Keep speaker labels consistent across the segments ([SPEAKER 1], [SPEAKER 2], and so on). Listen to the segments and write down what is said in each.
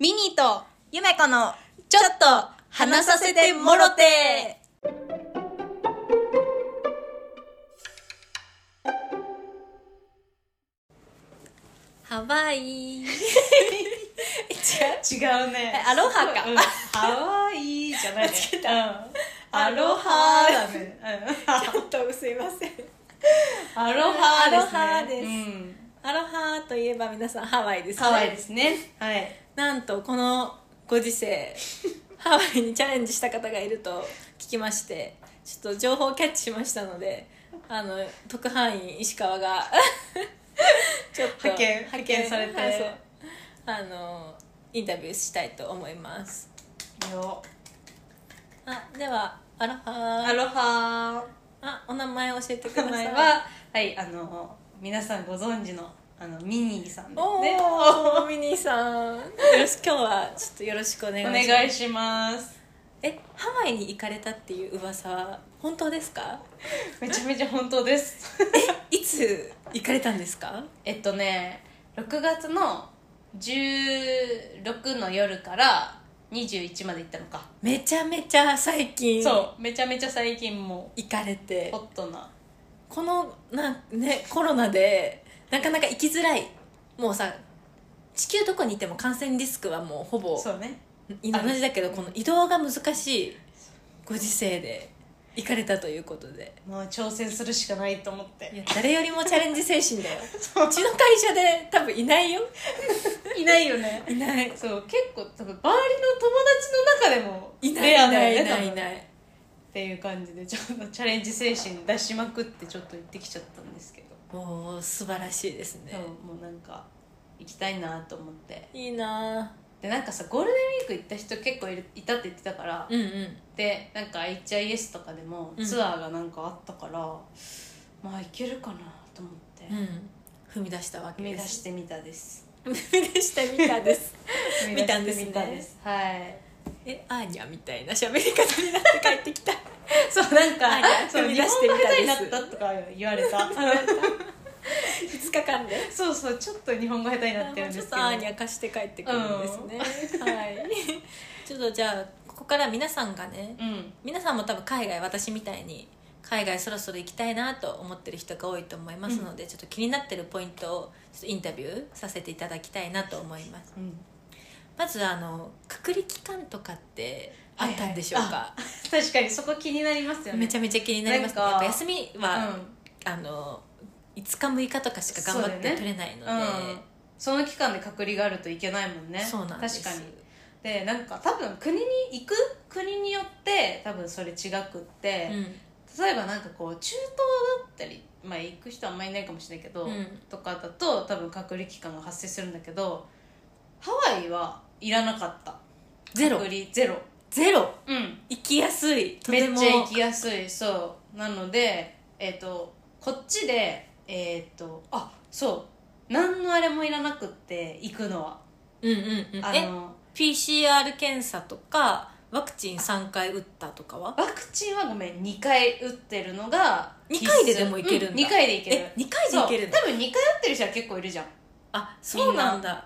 [SPEAKER 1] ミニーと
[SPEAKER 2] ゆめこの
[SPEAKER 1] ちょっと話させてもろてハワイ違う
[SPEAKER 2] 違うね
[SPEAKER 1] えアロハか
[SPEAKER 2] うんハワイじゃないね
[SPEAKER 1] 間違えた
[SPEAKER 2] うん
[SPEAKER 1] ア
[SPEAKER 2] ア
[SPEAKER 1] ロ
[SPEAKER 2] ロ
[SPEAKER 1] ハ
[SPEAKER 2] ハ
[SPEAKER 1] ー
[SPEAKER 2] だね
[SPEAKER 1] ちょっとすいません
[SPEAKER 2] うんアロハ
[SPEAKER 1] ア
[SPEAKER 2] ですね
[SPEAKER 1] ロハです
[SPEAKER 2] うん
[SPEAKER 1] アロハといえば皆さんハワイですね
[SPEAKER 2] ハワイですねはい
[SPEAKER 1] なんとこのご時 世ハワイにチャレンジした方がいると聞きましてちょっと情報をキャッチしましたのであの特派員石川が ちょっと
[SPEAKER 2] 派遣派遣されて
[SPEAKER 1] はいそうあのインタビューしたいと思います
[SPEAKER 2] よ
[SPEAKER 1] あではアロハ
[SPEAKER 2] アロハ
[SPEAKER 1] あお名前教えてくだ
[SPEAKER 2] 名
[SPEAKER 1] さい
[SPEAKER 2] 前は はいあの皆さんご存知のあのミニーさんで
[SPEAKER 1] お
[SPEAKER 2] す
[SPEAKER 1] ー、
[SPEAKER 2] ね
[SPEAKER 1] ミニーさんよろし今日はちょっとよろしくお願い
[SPEAKER 2] お
[SPEAKER 1] します
[SPEAKER 2] 願いします
[SPEAKER 1] えハワイに行かれたっていう噂は本当ですか
[SPEAKER 2] めちゃめちゃ本当です
[SPEAKER 1] いつ行かれたんですか
[SPEAKER 2] えっとね6月の16の夜から21まで行ったのか
[SPEAKER 1] めちゃめちゃ最近
[SPEAKER 2] そうめちゃめちゃ最近も
[SPEAKER 1] 行かれ
[SPEAKER 2] う
[SPEAKER 1] て
[SPEAKER 2] ホットな
[SPEAKER 1] このなん、ね、コロナでなかなか行きづらいもうさ地球どこにいても感染リスクはもうほぼ
[SPEAKER 2] そうね
[SPEAKER 1] 同じだけどこの移動が難しいご時世で行かれたということで
[SPEAKER 2] もう挑戦するしかないと思っ
[SPEAKER 1] い
[SPEAKER 2] て
[SPEAKER 1] や誰よりもチャレンジ精神だよ
[SPEAKER 2] そう
[SPEAKER 1] ちの会社で多分いないよ
[SPEAKER 2] いないよね
[SPEAKER 1] いない
[SPEAKER 2] そう結構多分周りの友達の中でも
[SPEAKER 1] いないい
[SPEAKER 2] レア
[SPEAKER 1] な
[SPEAKER 2] だ
[SPEAKER 1] い
[SPEAKER 2] よ
[SPEAKER 1] い
[SPEAKER 2] ね
[SPEAKER 1] ない
[SPEAKER 2] 多
[SPEAKER 1] い
[SPEAKER 2] 分っ
[SPEAKER 1] ない
[SPEAKER 2] ていう感じでちょっとチャレンジ精神出しまくってちょっと行ってきちゃったんですけど、
[SPEAKER 1] もう素晴らしいですね
[SPEAKER 2] そうもうなんか行きたいなと思って
[SPEAKER 1] いいな
[SPEAKER 2] でなんかさゴールデンウィーク行った人結構いるいたって言ってたから、
[SPEAKER 1] うんうん
[SPEAKER 2] でなんか HIS とかでも
[SPEAKER 1] うん
[SPEAKER 2] ツアーがなんかあったから、まあ行けるかなと思って、
[SPEAKER 1] うん、踏み出したわけ
[SPEAKER 2] 踏み
[SPEAKER 1] で
[SPEAKER 2] 出し
[SPEAKER 1] す
[SPEAKER 2] てみたです
[SPEAKER 1] 踏み出したみたです 見たんですね
[SPEAKER 2] 見たですはい
[SPEAKER 1] えアーニャみたいな喋り方になって帰って きた
[SPEAKER 2] そうなんか
[SPEAKER 1] はい
[SPEAKER 2] そう
[SPEAKER 1] 踏み
[SPEAKER 2] 日
[SPEAKER 1] 出
[SPEAKER 2] 本
[SPEAKER 1] してみ
[SPEAKER 2] 語
[SPEAKER 1] たです
[SPEAKER 2] 下手になったとか言われた
[SPEAKER 1] 5日間 で
[SPEAKER 2] そうそうちょっと日本語下手になってるん
[SPEAKER 1] ち
[SPEAKER 2] で
[SPEAKER 1] ょっ
[SPEAKER 2] す
[SPEAKER 1] と
[SPEAKER 2] け
[SPEAKER 1] アーニ
[SPEAKER 2] ど
[SPEAKER 1] ャ化して帰ってくるんですね、はい ちょっとじゃあここから皆さんがね
[SPEAKER 2] うん
[SPEAKER 1] 皆さんも多分海外私みたいに海外そろそろ行きたいなと思ってる人が多いと思いますので、ちょっと気になってるポイントをちょっとインタビューさせていただきたいなと思います
[SPEAKER 2] うん
[SPEAKER 1] まずあの隔離期間とかってあったんでしょうか、
[SPEAKER 2] はい確かにそこ気になりますよね
[SPEAKER 1] めちゃめちゃ気になりますね
[SPEAKER 2] なん
[SPEAKER 1] や
[SPEAKER 2] か
[SPEAKER 1] っぱ休みは、
[SPEAKER 2] うん
[SPEAKER 1] あの5日6日とかしか頑張っ
[SPEAKER 2] そうだ
[SPEAKER 1] て
[SPEAKER 2] よね
[SPEAKER 1] 取れないので
[SPEAKER 2] うんその期間で隔離があるといけないもんね
[SPEAKER 1] そうなんです
[SPEAKER 2] 確かにでなんか多分国に行く国によって多分それ違くって、例えばなんかこう中東だったり、まあ、行く人はあんまりいないかもしれないけど、
[SPEAKER 1] うん、うん、
[SPEAKER 2] とかだと多分隔離期間が発生するんだけどハワイはいらなかった
[SPEAKER 1] ゼロ
[SPEAKER 2] 隔離ゼロ
[SPEAKER 1] ゼロ
[SPEAKER 2] うん
[SPEAKER 1] 行きやすいと
[SPEAKER 2] め
[SPEAKER 1] て
[SPEAKER 2] っ
[SPEAKER 1] も
[SPEAKER 2] ちゃ行きやすいそうなのでえっ、とこっちでえっ、とあそう何のあれもいらなくって行くのは
[SPEAKER 1] うんうんうん
[SPEAKER 2] あ
[SPEAKER 1] え
[SPEAKER 2] の
[SPEAKER 1] PCR 検査とかワクチン3回打ったとかは
[SPEAKER 2] ワクチンはごめん2回打ってるのが
[SPEAKER 1] 二回ででもいけるんだ
[SPEAKER 2] 2回でいける
[SPEAKER 1] え二2回でいけるの
[SPEAKER 2] そう多分2回打ってる人は結構いるじゃん
[SPEAKER 1] あそうなんだ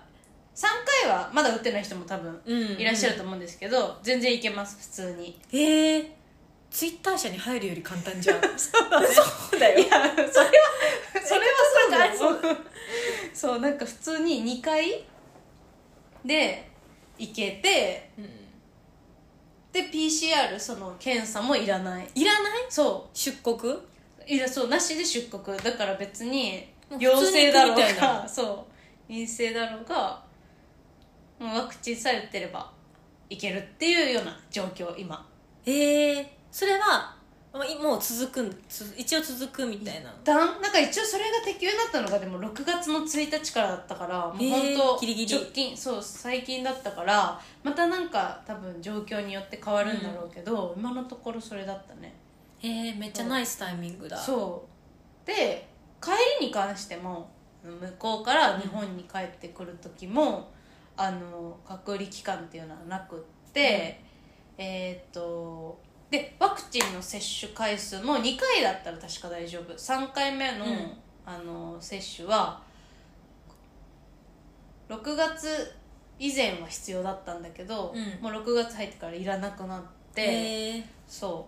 [SPEAKER 2] 3回はまだ打ってない人も多分
[SPEAKER 1] うんうん
[SPEAKER 2] いらっしゃると思うんですけど、全然いけます普通 に
[SPEAKER 1] へえツイッター社に入るより簡単じゃん
[SPEAKER 2] そうだね
[SPEAKER 1] そうだよ
[SPEAKER 2] いやそれはそれはそうだよ そうなんか普通に2回で行けて
[SPEAKER 1] うん
[SPEAKER 2] で PCR その検査もいらない
[SPEAKER 1] いらない
[SPEAKER 2] そ
[SPEAKER 1] 出国
[SPEAKER 2] ういらそうなしで出国だから別に
[SPEAKER 1] もう
[SPEAKER 2] 陽
[SPEAKER 1] 普通に
[SPEAKER 2] 性
[SPEAKER 1] 行く
[SPEAKER 2] だろ
[SPEAKER 1] みたいうな
[SPEAKER 2] が そう陰性だろうがもうワクチンさえ打ってればいけるっていうような状況今
[SPEAKER 1] えー、それはまあいもう続くんつ一応続くみたいな
[SPEAKER 2] だんなんか一応それが適用になったのがでも6月の1日からだったからもう
[SPEAKER 1] へー
[SPEAKER 2] 本当、
[SPEAKER 1] ギリギリ
[SPEAKER 2] 直近そう最近だったからまたなんか多分状況によって変わるんだろうけど、今のところそれだったね
[SPEAKER 1] えー、めっちゃナイスタイミングだ
[SPEAKER 2] そうで帰りに関しても向こうから日本に帰ってくる時も、あの隔離期間っていうのはなくって、えーっとでワクチンの接種回数も2回だったら確か大丈夫3回目の,、
[SPEAKER 1] うん
[SPEAKER 2] あの接種は6月以前は必要だったんだけど、
[SPEAKER 1] うん
[SPEAKER 2] もう6月入ってからいらなくなって、
[SPEAKER 1] へえ
[SPEAKER 2] そ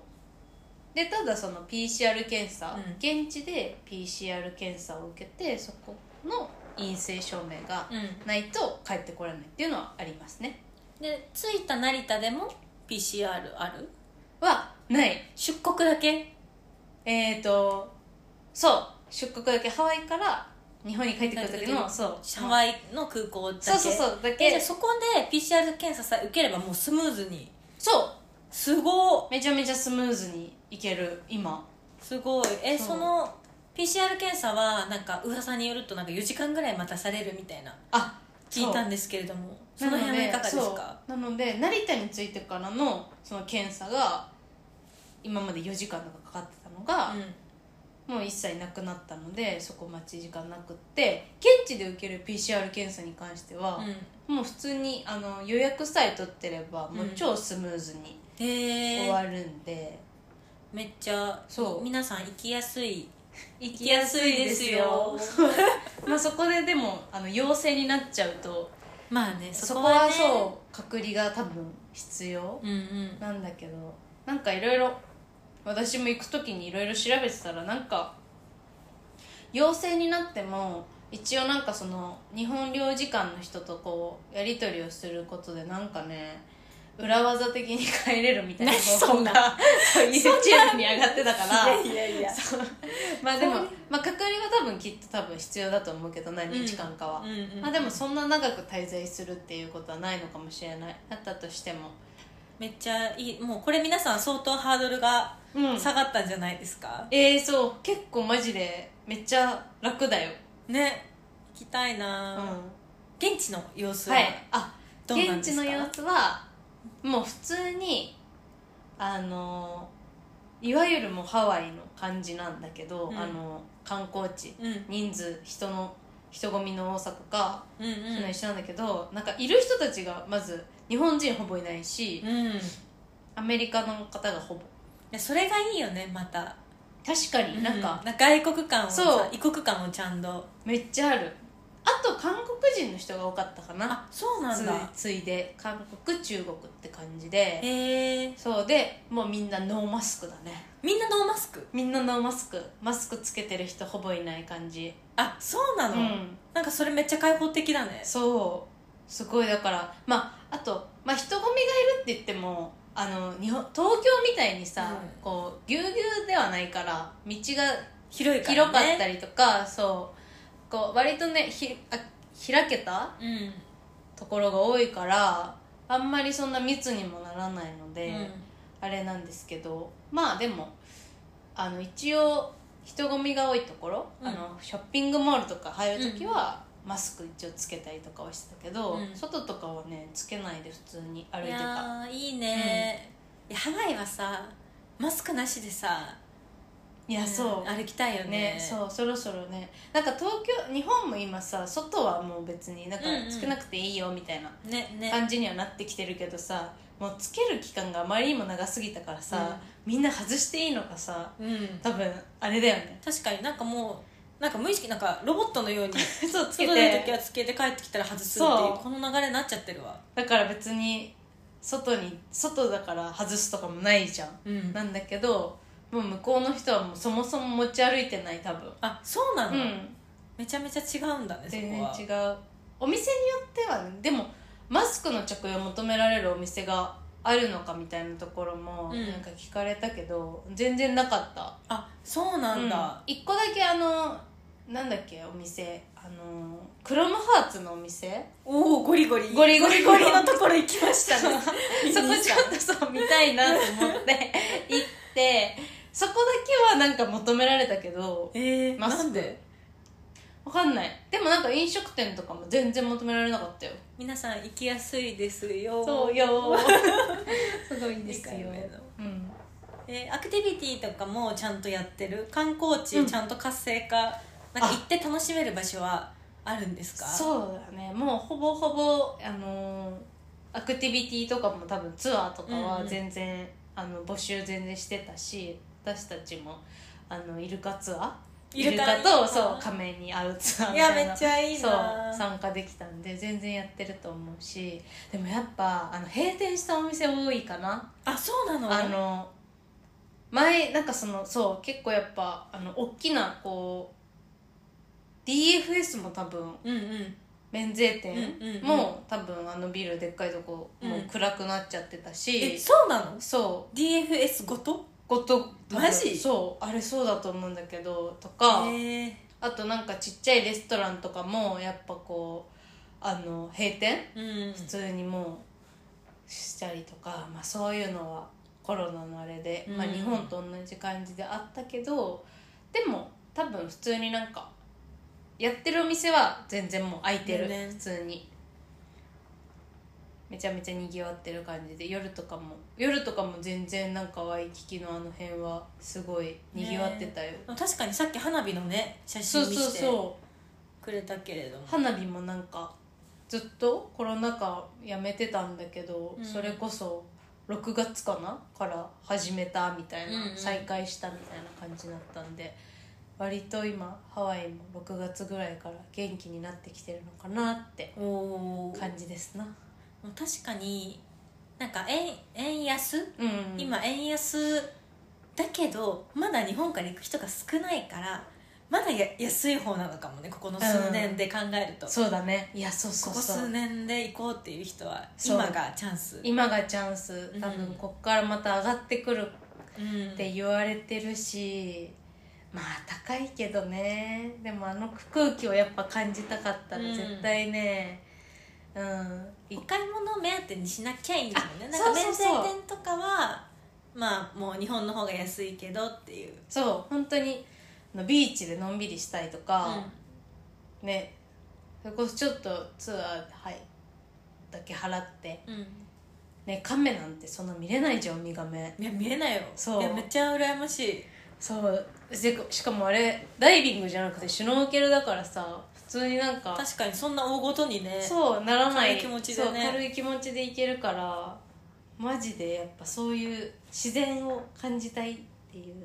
[SPEAKER 2] うでただその PCR 検査、
[SPEAKER 1] うん
[SPEAKER 2] 現地で PCR 検査を受けてそこの陰性証明が
[SPEAKER 1] うん
[SPEAKER 2] ないと帰ってこられないっていうのはありますね
[SPEAKER 1] で着いた成田でも PCR ある
[SPEAKER 2] はない
[SPEAKER 1] 出国だけ
[SPEAKER 2] えっ、ー、とそう出国だけハワイから日本に帰ってくる時
[SPEAKER 1] 帰っ
[SPEAKER 2] の
[SPEAKER 1] てくる時の
[SPEAKER 2] そう
[SPEAKER 1] ハワイの空港だけ
[SPEAKER 2] そうそうそうだ
[SPEAKER 1] えじゃ
[SPEAKER 2] け
[SPEAKER 1] あそこで PCR 検査さえ受ければもうスムーズに
[SPEAKER 2] そう
[SPEAKER 1] すごい
[SPEAKER 2] めちゃめちゃスムーズにいける今
[SPEAKER 1] すごいえ
[SPEAKER 2] そう
[SPEAKER 1] その PCR 検査はなんか噂によるとなんか4時間ぐらい待たされるみたいな
[SPEAKER 2] あ
[SPEAKER 1] 聞いたん
[SPEAKER 2] で
[SPEAKER 1] ですけれどもその辺はいかがですか
[SPEAKER 2] なので成田についてからのその検査が今まで4時間とかかかってたのが、
[SPEAKER 1] うん
[SPEAKER 2] もう一切なくなったのでそこ待ち時間なくって現地で受ける PCR 検査に関しては、
[SPEAKER 1] う
[SPEAKER 2] もう普通にあの予約さえ取ってればもううん超スムーズに
[SPEAKER 1] んへ
[SPEAKER 2] 終
[SPEAKER 1] え
[SPEAKER 2] わるんで、
[SPEAKER 1] めっちゃ
[SPEAKER 2] そう
[SPEAKER 1] 皆さん行きやすい
[SPEAKER 2] 行
[SPEAKER 1] きやすいですよ
[SPEAKER 2] まあそこででもあの陽性になっちゃうと
[SPEAKER 1] まあね
[SPEAKER 2] そ
[SPEAKER 1] そ
[SPEAKER 2] こ
[SPEAKER 1] こ
[SPEAKER 2] は
[SPEAKER 1] はね
[SPEAKER 2] そう隔離が多分必要
[SPEAKER 1] うんうん
[SPEAKER 2] なんだけどなんかいろいろ私も行く時にいろいろ調べてたらなんか陽性になっても一応なんかその日本領事館の人とこうやり取りをすることでなんかね裏技的に帰れるみたいな
[SPEAKER 1] 何そんな
[SPEAKER 2] が YouTube に上がってたから
[SPEAKER 1] いやいやいや
[SPEAKER 2] そうまあでも、まあ、隔離は多分きっと多分必要だと思うけど何日間かは、
[SPEAKER 1] うんうん
[SPEAKER 2] まあ、でもそんな長く滞在するっていうことはないのかもしれないだったとしても、
[SPEAKER 1] めっちゃいいもうこれ皆さん相当ハードルが下がったんじゃないですか、
[SPEAKER 2] えー、そう結構マジでめっちゃ楽だよ、
[SPEAKER 1] ね行きたい
[SPEAKER 2] うん
[SPEAKER 1] な、
[SPEAKER 2] は
[SPEAKER 1] 現地の様子はい
[SPEAKER 2] あ
[SPEAKER 1] どうなん
[SPEAKER 2] 現
[SPEAKER 1] で
[SPEAKER 2] 地
[SPEAKER 1] すか
[SPEAKER 2] の様子はもう普通にあのいわゆるもうハワイの感じなんだけど、
[SPEAKER 1] うん
[SPEAKER 2] あの観光地
[SPEAKER 1] うん
[SPEAKER 2] 人数人の人混みの多さとか
[SPEAKER 1] うん
[SPEAKER 2] そういうのは一緒なんだけど、なんかいる人たちがまず日本人ほぼいないし、
[SPEAKER 1] うん、うん、い
[SPEAKER 2] アメリカの方がほぼ
[SPEAKER 1] やそれがいいよねまた
[SPEAKER 2] 確かになんか
[SPEAKER 1] う外国感をさ
[SPEAKER 2] そう
[SPEAKER 1] 異国感をちゃんと
[SPEAKER 2] めっちゃあるあと韓国人の人が多かったかな
[SPEAKER 1] あそうなんだ
[SPEAKER 2] ついついで韓国中国って感じで
[SPEAKER 1] へえ
[SPEAKER 2] そうでもうみんなノーマスクだね
[SPEAKER 1] みんなノーマスク
[SPEAKER 2] みんなノーマスクマスクつけてる人ほぼいない感じ
[SPEAKER 1] あそうな
[SPEAKER 2] う
[SPEAKER 1] の、
[SPEAKER 2] ん
[SPEAKER 1] なんかそれめっちゃ開放的だね
[SPEAKER 2] そうすごいだからまああと、まあ、人混みがいるって言ってもあの日本東京みたいにさ、
[SPEAKER 1] うん
[SPEAKER 2] こうぎゅうぎゅうではないから道が
[SPEAKER 1] 広いから、ね、
[SPEAKER 2] 広かった
[SPEAKER 1] り
[SPEAKER 2] りとか、そうこう割とねひあ開けた
[SPEAKER 1] うん、
[SPEAKER 2] ところが多いからあんまりそんな密にもならないので、
[SPEAKER 1] うん
[SPEAKER 2] あれなんですけどまあでもあの一応人混みが多いところ、
[SPEAKER 1] うん
[SPEAKER 2] あのショッピングモールとか入る時は、マスク一応つけたりとかはしてたけど、
[SPEAKER 1] うん
[SPEAKER 2] 外とかはねつけないで普通に歩い
[SPEAKER 1] い
[SPEAKER 2] てた
[SPEAKER 1] やーいいね、いやハワイはさマスクなしでさ
[SPEAKER 2] いやそ
[SPEAKER 1] ん
[SPEAKER 2] う、
[SPEAKER 1] 歩きたいよね
[SPEAKER 2] ねそうそろそろねなんか東京日本も今さ外はもう別になんか
[SPEAKER 1] うんうん
[SPEAKER 2] つけなくていいよみたいな
[SPEAKER 1] ねね
[SPEAKER 2] 感じにはなってきてるけどさもうつける期間があまりにも長すぎたからさ、みんな外していいのかさ
[SPEAKER 1] うん
[SPEAKER 2] 多分あれだよね
[SPEAKER 1] 確かになんかもうなんか無意識なんかロボットのように
[SPEAKER 2] そうつけ
[SPEAKER 1] 外出る
[SPEAKER 2] て
[SPEAKER 1] 時はつけて帰ってきたら外すっていう
[SPEAKER 2] そう
[SPEAKER 1] この流れになっちゃってるわ
[SPEAKER 2] だから別に外に外だから外すとかもないじゃん
[SPEAKER 1] うん
[SPEAKER 2] なんだけどもう向こうの人はもうそもそも持ち歩いてない多分
[SPEAKER 1] あそうな
[SPEAKER 2] う
[SPEAKER 1] の、
[SPEAKER 2] ん
[SPEAKER 1] めちゃめちゃ違うんだねそ
[SPEAKER 2] 全
[SPEAKER 1] こ
[SPEAKER 2] 然
[SPEAKER 1] は
[SPEAKER 2] 違うお店によってはねでもマスクの着用を求められるお店があるのかみたいなところも
[SPEAKER 1] うん
[SPEAKER 2] なんか聞かれたけど、全然なかった
[SPEAKER 1] あそうなんだ、
[SPEAKER 2] うん、1個だけあのなんだっけお店あのクロムハーツのお店
[SPEAKER 1] おおゴリゴリ
[SPEAKER 2] ゴリゴリ
[SPEAKER 1] ゴリゴリのところ行きまし
[SPEAKER 2] そ
[SPEAKER 1] た
[SPEAKER 2] こ
[SPEAKER 1] ね
[SPEAKER 2] ちょっとそう見たいなと思 って行ってそこだけはなんか求められたけど
[SPEAKER 1] えー、
[SPEAKER 2] マスク
[SPEAKER 1] なんで
[SPEAKER 2] わかんないでもなんか飲食店とかも全然求められなかったよ
[SPEAKER 1] 皆さん行きやすいですよ
[SPEAKER 2] そうよ すごい
[SPEAKER 1] ですよ
[SPEAKER 2] うん、
[SPEAKER 1] えーアクティビティとかもちゃんとやってる観光
[SPEAKER 2] う
[SPEAKER 1] 地
[SPEAKER 2] ん
[SPEAKER 1] ちゃんと活性化、なんか行って楽しめる場所はあるんですか
[SPEAKER 2] そうだねもうほぼほぼあのーアクティビティとかも多分ツアーとか
[SPEAKER 1] うん
[SPEAKER 2] は
[SPEAKER 1] うん
[SPEAKER 2] 全然、あの募集全然してたし私たちもあのイルカツアイルカ
[SPEAKER 1] に
[SPEAKER 2] とそう仮面に会うツアー
[SPEAKER 1] い
[SPEAKER 2] みた
[SPEAKER 1] や
[SPEAKER 2] いな
[SPEAKER 1] めっちゃいい
[SPEAKER 2] そう
[SPEAKER 1] な
[SPEAKER 2] 参加できたんで全然やってると思うしでもやっぱあの閉店したお店多いかな、
[SPEAKER 1] あそうなの
[SPEAKER 2] あの前なんかそのそう結構やっぱあの大きなこう DFS も多分
[SPEAKER 1] うんうん
[SPEAKER 2] 免税店
[SPEAKER 1] うんうんうん
[SPEAKER 2] も多分あのビルでっかいとこもう暗くなっちゃってた
[SPEAKER 1] え
[SPEAKER 2] し、
[SPEAKER 1] そうなの
[SPEAKER 2] そう
[SPEAKER 1] DFS ごと
[SPEAKER 2] ごと多分
[SPEAKER 1] マジ
[SPEAKER 2] そうあれそうだと思うんだけどとか、
[SPEAKER 1] へえ
[SPEAKER 2] あとなんかちっちゃいレストランとかもやっぱこうあの閉店
[SPEAKER 1] うん
[SPEAKER 2] 普通にもうしたりとか、まあ、そういうのはコロナのあれで、まあ、
[SPEAKER 1] うん
[SPEAKER 2] 日本と同じ感じであったけどでも多分普通になんかやってるお店は全然もう開いてる、
[SPEAKER 1] ね
[SPEAKER 2] 普通にめちゃめちゃにぎわってる感じで夜とかも夜とかも全然なんかワイキキのあの辺はすごいにぎわってたよ、
[SPEAKER 1] 確かにさっき花火のね写
[SPEAKER 2] そう
[SPEAKER 1] 真見
[SPEAKER 2] そう
[SPEAKER 1] せて
[SPEAKER 2] そう
[SPEAKER 1] くれたけれども
[SPEAKER 2] 花火もなんかずっとコロナ禍やめてたんだけど、
[SPEAKER 1] うん
[SPEAKER 2] それこそ6月かなから始めたみたいな、
[SPEAKER 1] うんうん
[SPEAKER 2] 再開したみたいな感じだったんで割と今ハワイも6月ぐらいから元気になってきてるのかなって
[SPEAKER 1] おー
[SPEAKER 2] 感じですな、
[SPEAKER 1] もう確かになんか円円安、
[SPEAKER 2] うん
[SPEAKER 1] 今円安だけどまだ日本から行く人が少ないからまだや安い方なのかもねここの数年で考えると、
[SPEAKER 2] そうだねいやそうそ
[SPEAKER 1] こ
[SPEAKER 2] う
[SPEAKER 1] こ
[SPEAKER 2] そう
[SPEAKER 1] 数年で行こうっていう人は
[SPEAKER 2] そう
[SPEAKER 1] 今がチャンス、
[SPEAKER 2] 今がチャンス多
[SPEAKER 1] うん
[SPEAKER 2] 分こっからまた上がってくる
[SPEAKER 1] うん
[SPEAKER 2] って言われてるし、まあ高いけどねでもあの空気をやっぱ感じたかったら
[SPEAKER 1] うん
[SPEAKER 2] 絶対ねうん、い
[SPEAKER 1] お買い物目当てにしなきゃいいんだもんね
[SPEAKER 2] あ
[SPEAKER 1] なんか
[SPEAKER 2] そ
[SPEAKER 1] 免
[SPEAKER 2] う
[SPEAKER 1] 税
[SPEAKER 2] そうそう
[SPEAKER 1] 店とかはまあもう日本の方が安いけどっていう
[SPEAKER 2] そう本当にあのビーチでのんびりしたいとか、ねそれこそちょっとツアーはいだけ払って
[SPEAKER 1] うん、うん
[SPEAKER 2] ねカメなんてそんな見れないじゃんウミガメ
[SPEAKER 1] いや見えないよ
[SPEAKER 2] そう
[SPEAKER 1] いやめっちゃ羨ましい
[SPEAKER 2] そうでしかもあれダイビングじゃなくてシュノーケルだからさ普通になんか
[SPEAKER 1] 確かにそんな大ごとにね
[SPEAKER 2] そうならない
[SPEAKER 1] 軽い気持ちでね
[SPEAKER 2] そう軽い気持ちでいけるからマジでやっぱそういう自然を感じたいっていう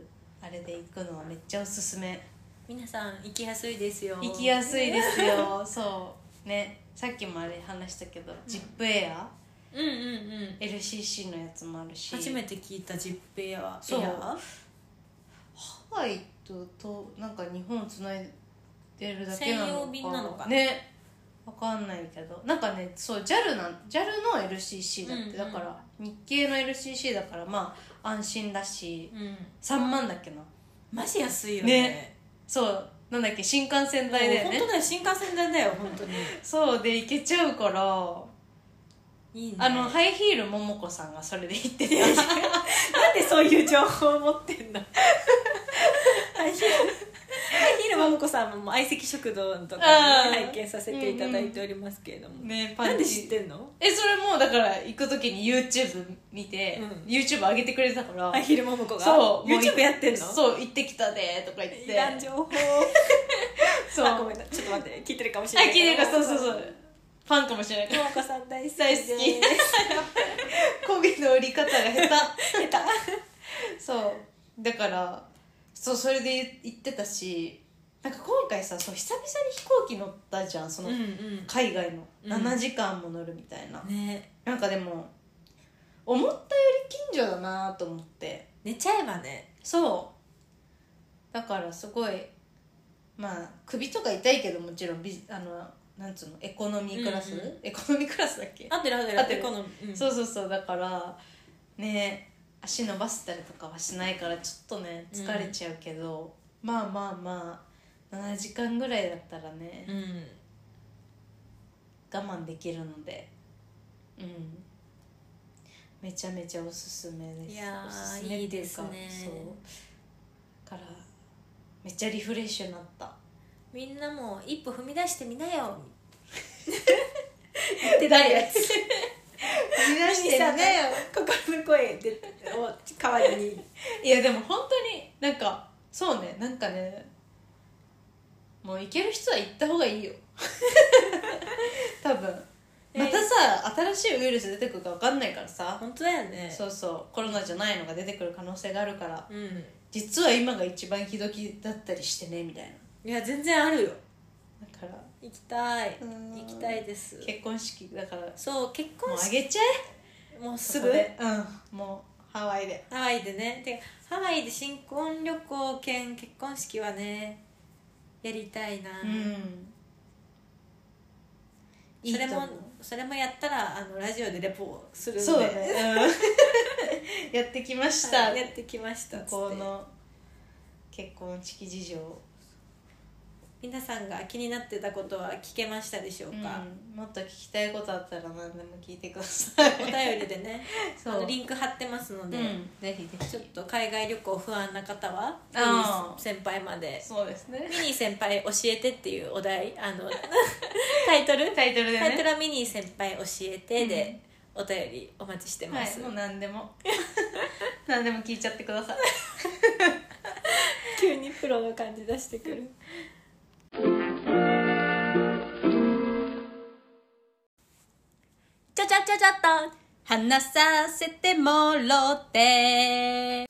[SPEAKER 2] あれで行くのはめっちゃおすすめ
[SPEAKER 1] 皆さん行きやすいですよ
[SPEAKER 2] 行きやすいですよそうねさっきもあれ話したけど、ジップエア
[SPEAKER 1] うんうんうん
[SPEAKER 2] LCC のやつもあるし
[SPEAKER 1] 初めて聞いたジップエアは
[SPEAKER 2] そう
[SPEAKER 1] エアは
[SPEAKER 2] ハワイととなんか日本つないでるだけなのか
[SPEAKER 1] 専用便なのか
[SPEAKER 2] ねわかんないけどなんかねそう JAL なん JAL の LCC だって、
[SPEAKER 1] うんうん
[SPEAKER 2] だから日系の LCC だからまあ安心だし
[SPEAKER 1] うん
[SPEAKER 2] 3万だっけな
[SPEAKER 1] マジ安いよね
[SPEAKER 2] そうなんだっけ新幹線
[SPEAKER 1] もう
[SPEAKER 2] 代だよ
[SPEAKER 1] 本
[SPEAKER 2] ね
[SPEAKER 1] 当だよ新幹線代だよ本 当に
[SPEAKER 2] そうで行けちゃうから
[SPEAKER 1] いいね
[SPEAKER 2] あのハイヒールももこさんがそれで行って
[SPEAKER 1] い
[SPEAKER 2] て
[SPEAKER 1] やいやなんでそういう情報を持ってんのハイヒールハイヒールマムコさんも相席食堂とか
[SPEAKER 2] あ
[SPEAKER 1] ね
[SPEAKER 2] ー
[SPEAKER 1] 拝見させていただいておりますけれども、
[SPEAKER 2] ねパ
[SPEAKER 1] なん
[SPEAKER 2] ン
[SPEAKER 1] で知っ
[SPEAKER 2] チ
[SPEAKER 1] てんの
[SPEAKER 2] えそれもだから行く時に YouTube 見て、
[SPEAKER 1] うん
[SPEAKER 2] YouTube 上げてくれてたから
[SPEAKER 1] ハイヒールマムコが
[SPEAKER 2] そうもう
[SPEAKER 1] YouTube やってんの
[SPEAKER 2] そう行ってきたでとか言って
[SPEAKER 1] いらん情報
[SPEAKER 2] そう
[SPEAKER 1] あご
[SPEAKER 2] あ
[SPEAKER 1] めんなちょっと待って聞いてるかもしれない
[SPEAKER 2] 聞いてるかそうそうそうファンかもしれないから
[SPEAKER 1] ももこさん大好き
[SPEAKER 2] 大好きコビの売り方が下
[SPEAKER 1] きた
[SPEAKER 2] 手そうだからそうそれで行ってたしなんか今回さそう久々に飛行機乗ったじゃんその
[SPEAKER 1] うん
[SPEAKER 2] 海外の
[SPEAKER 1] うん
[SPEAKER 2] 7時間も乗るみたいな、
[SPEAKER 1] うんね
[SPEAKER 2] なんかでも思ったより近所だなと思って
[SPEAKER 1] 寝ちゃえばね
[SPEAKER 2] そうだからすごいまあ首とか痛いけどもちろんビジあのなんつうのエコノミークラス、
[SPEAKER 1] うんうん
[SPEAKER 2] エコノミークラスだっけ
[SPEAKER 1] 合ってる合ってる
[SPEAKER 2] 合ってる
[SPEAKER 1] この、うん、
[SPEAKER 2] そうそうそうだからね足伸ばせたりとかはしないからちょっとね疲れちゃうけど、まあまあまあ7時間ぐらいだったらね、
[SPEAKER 1] うん
[SPEAKER 2] 我慢できるのでうんめちゃめちゃおすすめです
[SPEAKER 1] いやー
[SPEAKER 2] おすすめってうか
[SPEAKER 1] いいですね
[SPEAKER 2] そうからめっちゃリフレッシュになった
[SPEAKER 1] みんなも一歩踏み出してみな よ
[SPEAKER 2] ってなるやつ見出してるね
[SPEAKER 1] 心の声でを代わりに
[SPEAKER 2] いやでも本当になんかそうねなんかねもう行ける人は行った方がい いよ多分またさ新しいウイルス出てくるか分かんないからさ
[SPEAKER 1] 本当だよね
[SPEAKER 2] そうそうコロナじゃないのが出てくる可能性があるから
[SPEAKER 1] うん
[SPEAKER 2] 実は今が一番ひどきだったりしてねみたいない
[SPEAKER 1] や全然あるよ
[SPEAKER 2] だから
[SPEAKER 1] 行きたい
[SPEAKER 2] うん
[SPEAKER 1] 行きたいです
[SPEAKER 2] 結婚式だからも
[SPEAKER 1] そう結
[SPEAKER 2] う
[SPEAKER 1] 婚
[SPEAKER 2] あ
[SPEAKER 1] 式
[SPEAKER 2] げちゃ
[SPEAKER 1] もう
[SPEAKER 2] え
[SPEAKER 1] す
[SPEAKER 2] そ
[SPEAKER 1] ぐ
[SPEAKER 2] こでうんもうハワイで
[SPEAKER 1] ハワイでねてかハワイで新婚旅行兼結婚式はねやりたいな、
[SPEAKER 2] うんいい
[SPEAKER 1] そ
[SPEAKER 2] と
[SPEAKER 1] れも
[SPEAKER 2] 思う
[SPEAKER 1] それもやったらあのラジオでレポするんで
[SPEAKER 2] そうだね、 うんやってきまし
[SPEAKER 1] は
[SPEAKER 2] た
[SPEAKER 1] いやってきましたっつっ
[SPEAKER 2] こ
[SPEAKER 1] て
[SPEAKER 2] の結婚式事情を
[SPEAKER 1] 皆さんが気になってたことは聞けましたでしょうか、
[SPEAKER 2] うんもっと聞きたいことあったら何でも聞いてください
[SPEAKER 1] お便りで ねあの
[SPEAKER 2] リン
[SPEAKER 1] リンク貼ってますの
[SPEAKER 2] ク
[SPEAKER 1] で、
[SPEAKER 2] で、ぜひぜひ
[SPEAKER 1] ちょっと海外旅行不安な方はミ
[SPEAKER 2] あー
[SPEAKER 1] ニ先輩まで
[SPEAKER 2] そうですね
[SPEAKER 1] ミニー先輩教えてっていうお題あのタイトル
[SPEAKER 2] タイトルで
[SPEAKER 1] タイトル
[SPEAKER 2] ね
[SPEAKER 1] はミニー先輩教えてで、お便りお待ちしてま
[SPEAKER 2] はい
[SPEAKER 1] す、
[SPEAKER 2] もう何でも 何でも聞いちゃってください
[SPEAKER 1] 急にプロの感じ出してくるちゃちゃちゃちゃっと
[SPEAKER 2] 話させてもろって